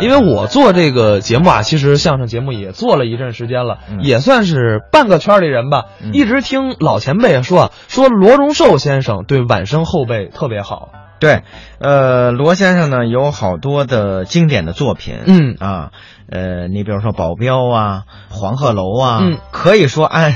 因为我做这个节目啊，其实相声节目也做了一阵时间了，嗯也算是半个圈里人吧。嗯一直听老前辈说啊，说罗荣寿先生对晚生后辈特别好。对，呃，罗先生呢有好多的经典的作品，嗯啊，呃，你比如说《保镖》啊，《黄鹤楼》啊，嗯，可以说按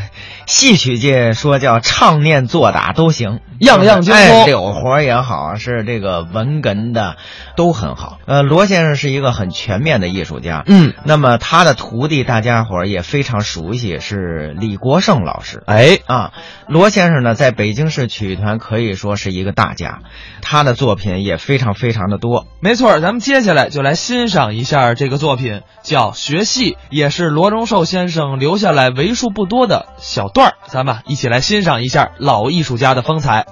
戏曲界说叫唱念做打都行，样样精通哎柳活也好，是这个文哏的都很好。呃，罗先生是一个很全面的艺术家，嗯，那么他的徒弟大家伙儿也非常熟悉，是李国盛老师。哎，啊，罗先生呢，在北京市曲艺团可以说是一个大家，他的作品也非常非常的多。没错，咱们接下来就来欣赏一下这个作品，叫《学戏》，也是罗荣寿先生留下来为数不多的小段儿。咱们啊一起来欣赏一下老艺术家的风采。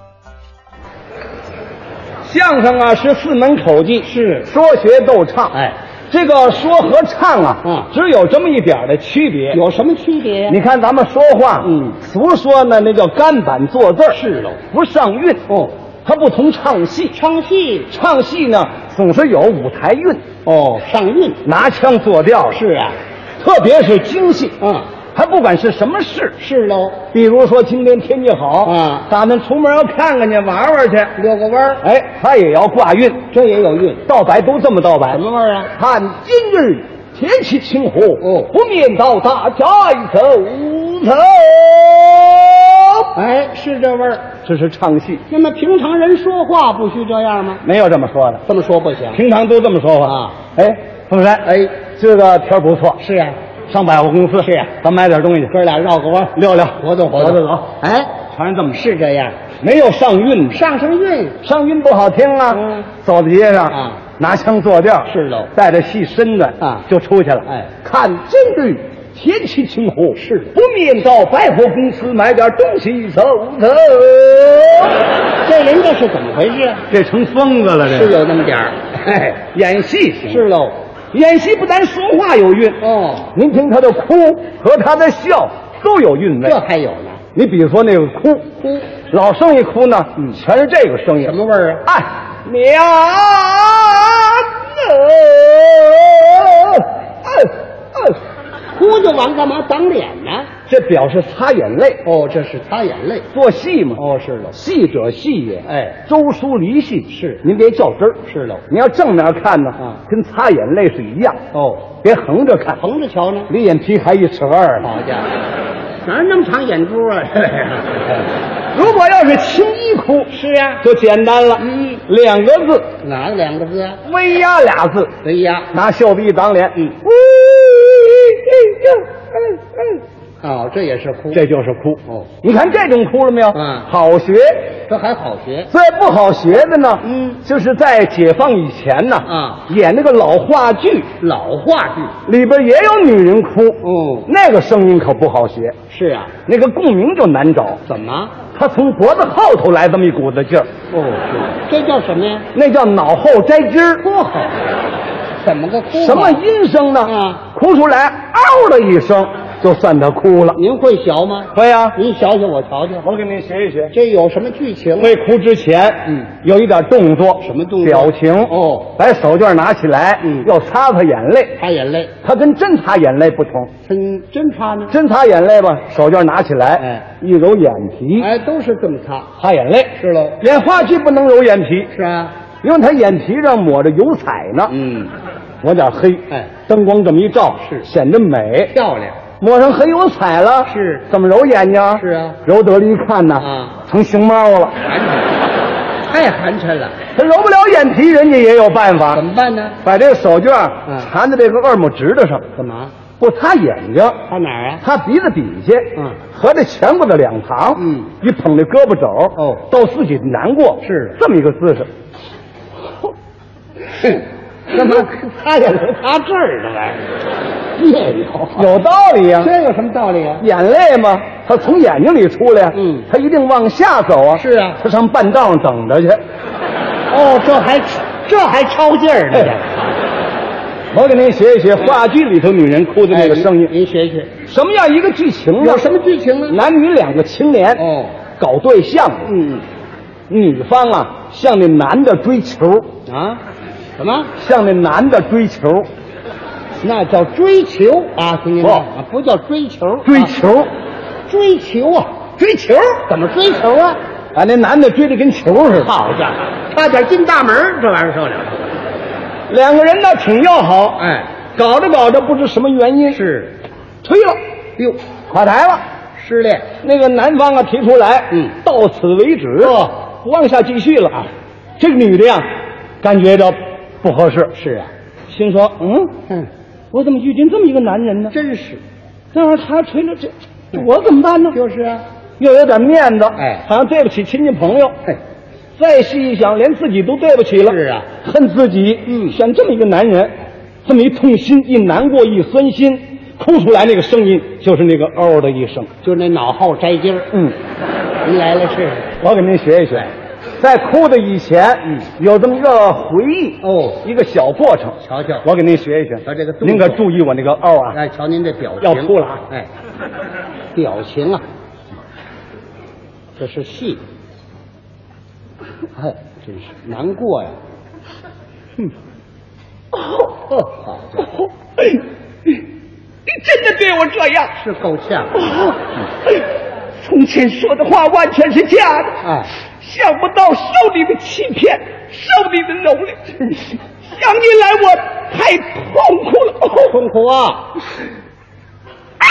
相声啊是四门口技，是说学逗唱。哎，这个说和唱啊，嗯只有这么一点儿的区别。有什么区别呀？你看咱们说话，嗯俗说呢，那叫干板坐字儿是喽，不上韵哦。它不同唱戏，唱戏唱戏呢总是有舞台韵，哦，上韵拿腔作调是啊，特别是京戏，嗯，还不管是什么事，是喽，比如说今天天气好嗯打算出门要看看去玩玩去，遛个弯儿，哎，他也要挂韵，这也有韵，道白都这么道白。什么味儿啊？看今日天气晴和，哦不免到大家一走走。哎，是这味儿。这是唱戏，那么平常人说话不许这样吗？没有这么说的，这么说不行。平常都这么说话啊。哎，凤山，哎，这个天儿不错，是啊，上百货公司是呀啊咱买点东西去，哥俩绕个弯儿，溜溜，活动活活动动走。哎，全是这么说，是这样，没有上韵的，上上韵上韵不好听啊。嗯走在街上啊拿腔作调，是喽带着戏身段啊就出去了。哎看今日天气晴和，是的不免到百货公司买点东西走走。这人这是怎么回事？这成疯子了，这是有那么点儿，哎，演戏行是喽。演戏不单说话有韵，哦，您听他的哭和他的笑都有韵味这。还有呢。你比如说那个哭，哭老生一哭呢，全是这个声音，嗯什么味儿啊？哎，娘哎哭就完，干嘛挡脸呢？这表示擦眼泪，哦，这是擦眼泪。做戏嘛。哦，是喽。戏者戏也，哎周书离戏是您别较真儿，是喽你要正面看呢，啊跟擦眼泪是一样，哦，别横着看，横着啊瞧呢。离眼皮还一尺二呢。好家伙，哪儿那么长眼珠啊？如果要是青衣哭，是啊，就简单了，嗯两个字，哪两个字啊？威压俩字，哎呀，拿袖子一挡脸，嗯，哦，这也是哭，这就是哭。哦，你看这种哭了没有？嗯好学。这还好学。最不好学的呢，嗯就是在解放以前呢，啊演那个老话剧，老话剧，里边也有女人哭，哦那个声音可不好学，是啊，那个共鸣就难找。怎么？他从脖子后头来这么一股子劲儿，哦，是，这叫什么呀？那叫脑后摘筋儿。哭啊好，怎么个哭？什么？音声呢？啊哭出来嗷的一声，就算他哭了。您会学吗？会呀、您学学我瞧瞧，我给您学一学。这有什么剧情？未哭之前，嗯，有一点动作，什么动作表情哦，把手绢拿起来，嗯要擦擦眼泪。擦眼泪，它跟真擦眼泪不同，真真擦呢？真擦眼泪吧，手绢拿起来，嗯哎，一揉眼皮，哎，都是这么擦，擦眼泪。是喽？演话剧不能揉眼皮，是啊，因为他眼皮上抹着油彩呢，嗯，抹点黑，哎，灯光这么一照，是显得美。漂亮，抹上黑油彩了，是怎么揉眼睛？是啊揉得了一看呢，啊成熊猫了。寒碜，太寒碜了。他揉不了眼皮，人家也有办法怎，么办呢？把这个手绢啊嗯缠在这个二拇指头上，干嘛？不擦眼睛，他哪儿啊？擦鼻子底下，嗯合着颧骨的两旁，嗯，一捧着胳膊肘，哦到自己难过，是啊这么一个姿势。干嘛？ 他也能擦这儿的玩意儿，别扭。有道理呀、这有什么道理啊？眼泪嘛，它从眼睛里出来，嗯它一定往下走啊。是啊它上半道上等着去。哦，这还这还抄劲儿呢，这我给您学一学话剧里头女人哭的那个声音。哎您您学学，什么样一个剧情呢？有什么剧情呢？男女两个青年哦，搞对象，嗯女方啊向那男的追求，啊，什么？向那男的追求，那叫追求啊，兄弟们不啊，不叫追求，追啊求，追求啊，追求，怎么追求啊？啊，那男的追的跟球似的，好家伙，差点进大门儿，这玩意儿受了。两个人呢挺要好，哎，搞着搞着不知什么原因是推了，哟，垮台了。失恋，那个男方啊提出来，嗯哦啊到此为止，不往下继续了。这个女的呀，感觉着不合适，是啊，心说，嗯，嗯，我怎么遇见这么一个男人呢？真是，这会儿啊他吹了这，这我怎么办呢？就是啊，又有点面子，哎好像对不起亲戚朋友。嘿，再细一想，连自己都对不起了。是啊，恨自己，嗯选这么一个男人，这么一痛心，一难过，一酸心，哭出来那个声音就是那个嗷的一声。就那脑后摘筋儿， 嗯，您来了试试。我给您学一学，在哭的以前，哎嗯，有这么一个回忆，哦，一个小过程，瞧瞧，我给您学一学。瞧这个动作您可注意我那个嗷啊。哎，瞧您这表情，要哭了啊哎，表情啊，这是戏，哎，真是难过呀，哼，哦，好家伙，你真的对我这样？是够呛，从前说的话完全是假的哎，想不到受你的欺骗，受你的蹂躏，想起来我太痛苦了。痛苦啊，啊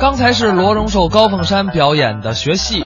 刚才是罗荣寿、高凤山表演的学戏。